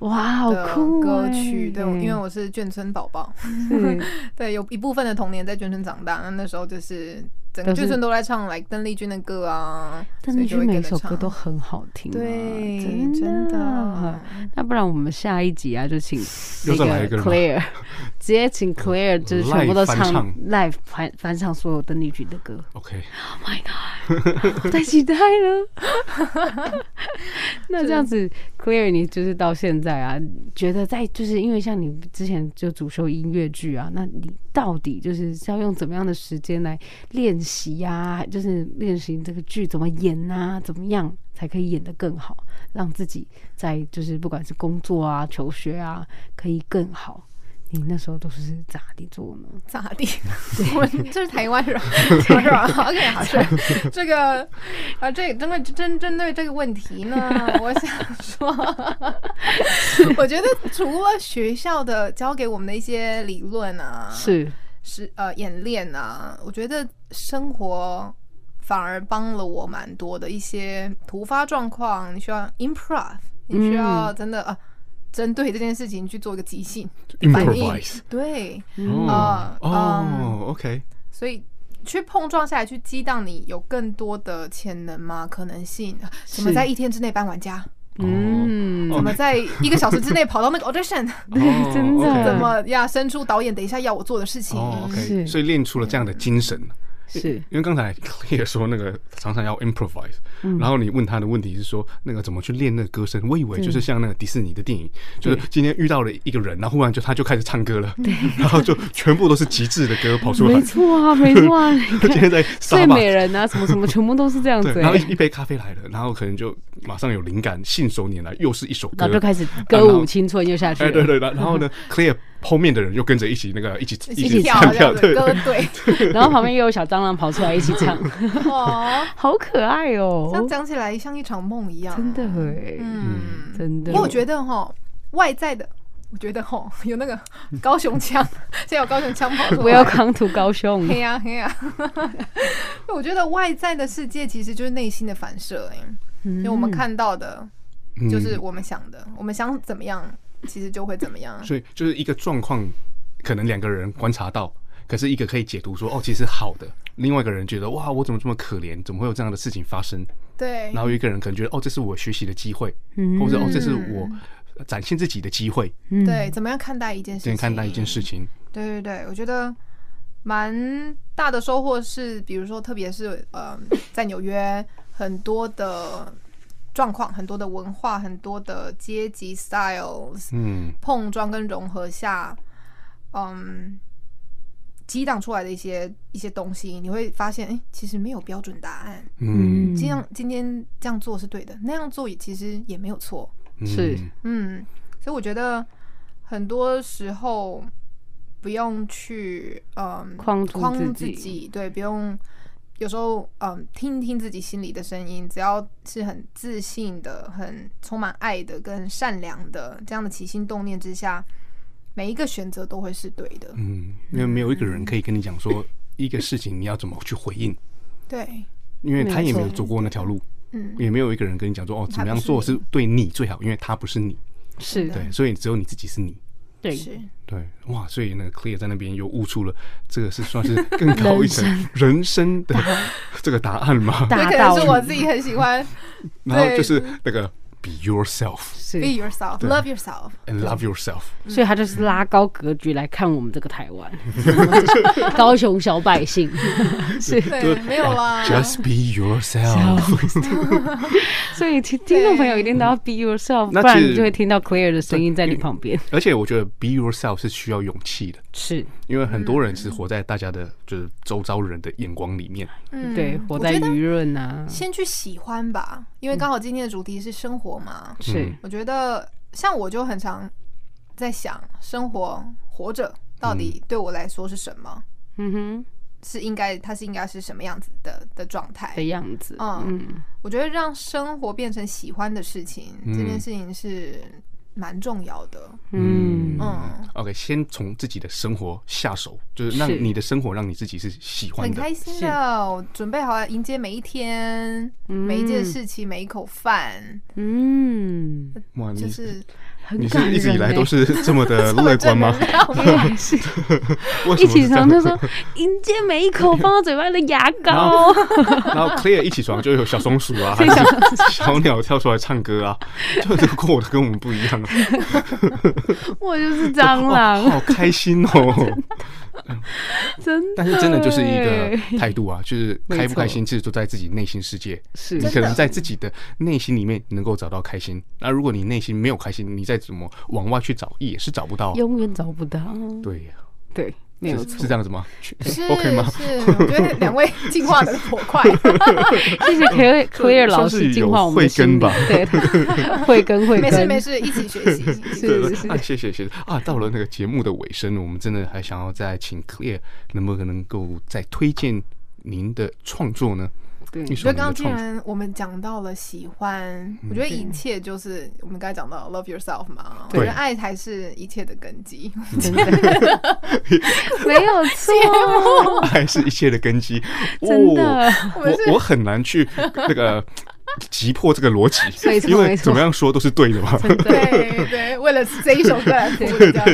哇，好的酷、欸！歌曲，对，我因为我是眷村宝宝，是对，有一部分的童年在眷村长大，那那时候就是整个都是眷村都在唱来邓丽君的歌啊，邓丽君每一首所以就会歌跟着都唱很好听、啊，对，真真的的。那不然我们下一集啊，就请又再来那一个人吗 Claire，直接请 Claire 就是全部都 Live 翻唱唱 live 翻翻唱所有邓丽君的歌， OK，我太期待了。那这样子，Claire，你就是到现在啊，觉得在就是因为像你之前就主修音乐剧啊，那你到底就是要用怎么样的时间来练习呀？就是练习这个剧怎么演啊，怎么样才可以演得更好，让自己在就是不管是工作啊、求学啊，可以更好。你那时候都是咋地做呢？咋地？我们这是台湾人， <laughs> 是吧？OK，好，是这个啊，这针对针针对这个问题 <laughs> 呢，我想说，我觉得除了学校的教给我们的一些理论啊，是是呃演练啊，我觉得生活反而帮了我蛮多的一些突发状况，你需要 improv，你嗯需要真的、啊针对这件事情去做一个即兴反应 improvise。对，哦嗯哦，OK，所以去碰撞下来，去激荡你有更多的潜能嘛，可能性，怎么在一天之内搬完家，嗯，怎么在一个小时之内跑到那个 audition，对 <laughs> 真的怎么呀，伸出导演等一下要我做的事情，嗯哦是，OK，所以练出了这样的精神。是因为刚才 <laughs> 也说那个常常要 improvise，、然后你问他的问题是说那个怎么去练那个歌声，我以为就是像那个迪士尼的电影，就是今天遇到了一个人，然后忽然就他就开始唱歌了，然后就全部都是极致的歌跑出来没。错啊，没错啊，你看今天在睡沙巴，美人啊，什么什么，全部都是这样子、对，然后欸一，一杯咖啡来了，然后可能就马上有灵感，信手拈来，又是一首歌然后，就开始歌舞青春又下去哎，了。对对，然然后呢，Clear 后面的人又跟着一起那个一起一起起跳唱这跳，样子对，歌 <laughs> 队，然后旁边又有小蟑螂跑出来一起 <laughs> 唱，哦，好可爱哦、这样讲起来像一场梦一样，真的哎、嗯，真的。不过我觉得哈，外在的。我觉得吼 <laughs> 有那个高雄腔， <laughs> 现在有高雄腔跑出 <laughs> 来。我 <laughs> 要扛土高雄，黑呀黑呀，啊 <laughs> 我觉得外在的世界其实就是内心的反射、欸，就我们看到的，嗯就是我们想的，我们想怎么样，其实就会怎么样。所以就是一个状况，可能两个人观察到，可是一个可以解读说哦，其实好的；另外一个人觉得哇，我怎么这么可怜，怎么会有这样的事情发生？对然，后有一个人可能觉得哦，这是我学习的机会，或者哦，这是我展现自己的机会，嗯对，怎么样看待一件事先情？看待一件事情。对对对，我觉得蛮大的收获是，比如说，特别是呃，在纽约很多的状况、很多的文化、很多的阶级 styles 嗯碰撞跟融合下，嗯，激荡出来的一些一些东西，你会发现，哎，其实没有标准答案。嗯，这样今天这样做是对的，那样做也其实也没有错。嗯是嗯，所以我觉得很多时候不用去嗯框住框自自己对，不用有时候嗯听一听自己心里的声音，只要是很自信的、很充满爱的、跟善良的这样的起心动念之下，每一个选择都会是对的。嗯，因为没有一个人可以跟你讲说一个事情你要怎么去回应，对，因为他也没没有错走过那条路，嗯，也没有一个人跟你讲说哦怎么样做是对你最好，因为他不是你，是真的对，所以只有你自己是你。对是对，哇，所以那个 Clear 在那边又悟出了这个是算是更高一层人生的 <laughs> 这个答案嘛，这大可道能是理我自己很喜欢然后对就是那个 Be yourself 是 be，yourself, 对 love yourself。 and love yourself。所以他就是拉高格局来看我们这个台湾， <laughs> 高雄小百姓是。对，没有啊啦。 Just be yourself。哦 <laughs> 所以听听众朋友一定都要 be yourself，那不然其实你就会听到 Claire 的声音在你旁边。而且我觉得 be yourself 是需要勇气的，是因为很多人是活在大家的就是周遭人的眼光里面。<laughs> 嗯对，活在我觉得舆论啊，先去喜欢吧，因为刚好今天的主题是生活嘛。是我觉得像我就很常在想，生活活着到嗯底对我来说是什么？嗯哼是应该它是应该是什么样子的的状态的？样子，嗯嗯，我觉得让生活变成喜欢的事情，嗯这件事情是蛮重要的。嗯嗯， OK，先从自己的生活下手，就是让是你的生活让你自己是喜欢很的。开心的，我准备好要迎接每一天、每一嗯件事情、每一 <laughs> 口饭，嗯，哇，你就是很你感是人一直以来都欸 <laughs> 是这么的乐观吗？<laughs> 对是为什么一是起这样床就说迎接每一口放到嘴巴里的牙 <laughs> 膏， <laughs> 然后 Clear 一起床就有 <laughs> 小松鼠啊，还是小鸟跳出来唱歌 <laughs> 啊，就是过得跟我们不一样啊。哦我就是蟑螂， <laughs> 好开心 <laughs> 哦！真的。但是真的就是一个态度啊，就是开不开心，其实都在自己内心世界。 <laughs> 是你可能在自己的内心里面能够找到开心，那如果你内心没有开心，你再怎么往外去找也是找不到啊。永远找不到，对呀，对，没有是错是。这样子吗是？OK 吗？是，我觉得两位 <laughs> 进化的火 <laughs> 快。谢谢嗯 Clear Clear 老算是有师净化我们慧的心根灵吧对， <laughs> 慧根慧没事根，没事，一起学习。一起是对是啊，谢谢谢谢啊！到了那个节目的尾声，我们真的还想要再请 Clear 能不能够再推荐您的创作呢？对一我首觉得您刚的刚既创作，嗯然我们讲到了喜欢，我觉得一切就是我们刚才讲到 love yourself 嘛，我对觉得爱才是一切的 <laughs> 根基。真的没有错，爱是一切的根基。 <laughs> 真的哦、我我很难去那个击破这个逻 <laughs> 没辑，错因为没错怎么样说都是对的嘛。对对，为了这一首歌来服务这样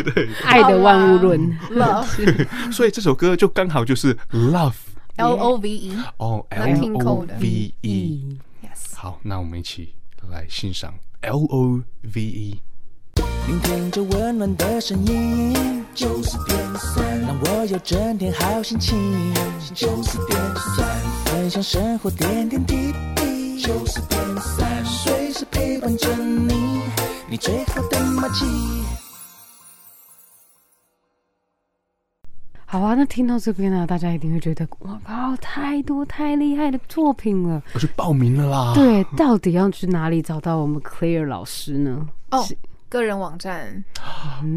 爱的万物论，哦 love <laughs> 所以这首歌就刚好就是 love L O V E 哦来听 L 扣 O 的 V E。 yes。好，那我们一起来欣赏 L O V E。聆听着温暖的声音，九四点三，让我有整天好心情。九四点三，分享生活点点滴滴。九四点三，随时陪伴着你，你最好的默契。好啊，那听到这边呢、大家一定会觉得，哇靠，太多太厉害的作品了。我去报名了啦！对，到底要去哪里找到我们 Clear 老师呢？哦，个人网站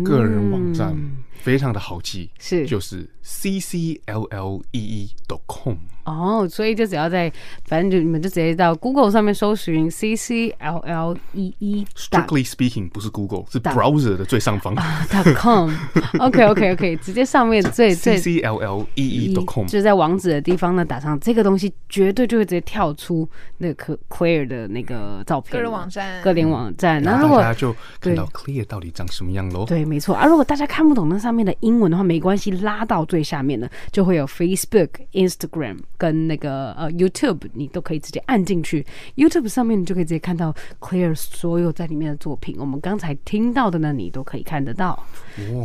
个人网站嗯非常的好记，是就是 c c l l e e dot com。哦，所以就只要在，反正就你们就直接到 Google 上面搜寻 C C L L E E Strictly speaking，不是 Google，是打啊 browser 的最上方 dot com。OK <laughs> OK OK，直接上面最，c 最 c l l e e 一 dot com 就。是在网址的地方呢打上这个东西，绝对就会直接跳出那个 Claire 的那个照片了，个人网站个人网站。然然后如后大果家就看到 Clear 到底长什么样喽。对，没错啊。如果大家看不懂那上上面的英文的话没关系，拉到最下面的就会有 Facebook、Instagram 跟那个呃 YouTube，你都可以直接按进去。YouTube 上面你就可以直接看到 Claire 所有在里面的作品，我们刚才听到的呢，你都可以看得到。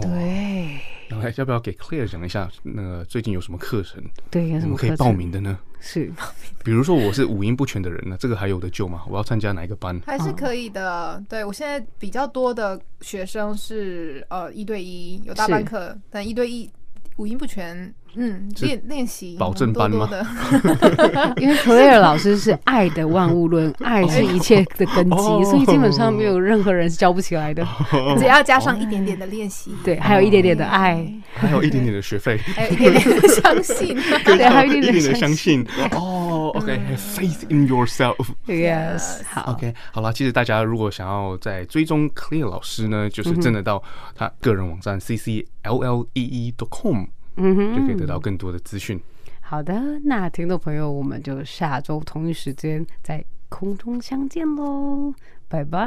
对然后要不要给 Claire 讲一下，那个最近有什么课程，对，有我什们么可以课报程名的呢？是比如说我是五音不全的人呢，这个还有的救吗？我要参加哪一个 <laughs> 班？还是可以的。对我现在比较多的学生是呃一对一，有大班是课，但一对一五音不全，嗯，是练练习保证班吗多多的 <laughs> 因为 Claire 老师是爱的万物论，爱是一切的根基，哦所以基本上没有任何人是教不起来的。只要加上一点哦点的练习，对，还有一点点的爱，还有一点点的学 <laughs> 费，还有一点点的哎相信。对，还有一一点点的点相。信。哦，OK，faith <laughs> 嗯 in yourself。 Yes，好 OK，好啦，其实大家如果想要在追踪 Clear 老师呢，就是嗯真的到他个人网站 E ccllee.com 嗯哼，就可以得到更多的资讯。好的，那听众朋友，我们就下周同一时间在空中相见喽，拜拜。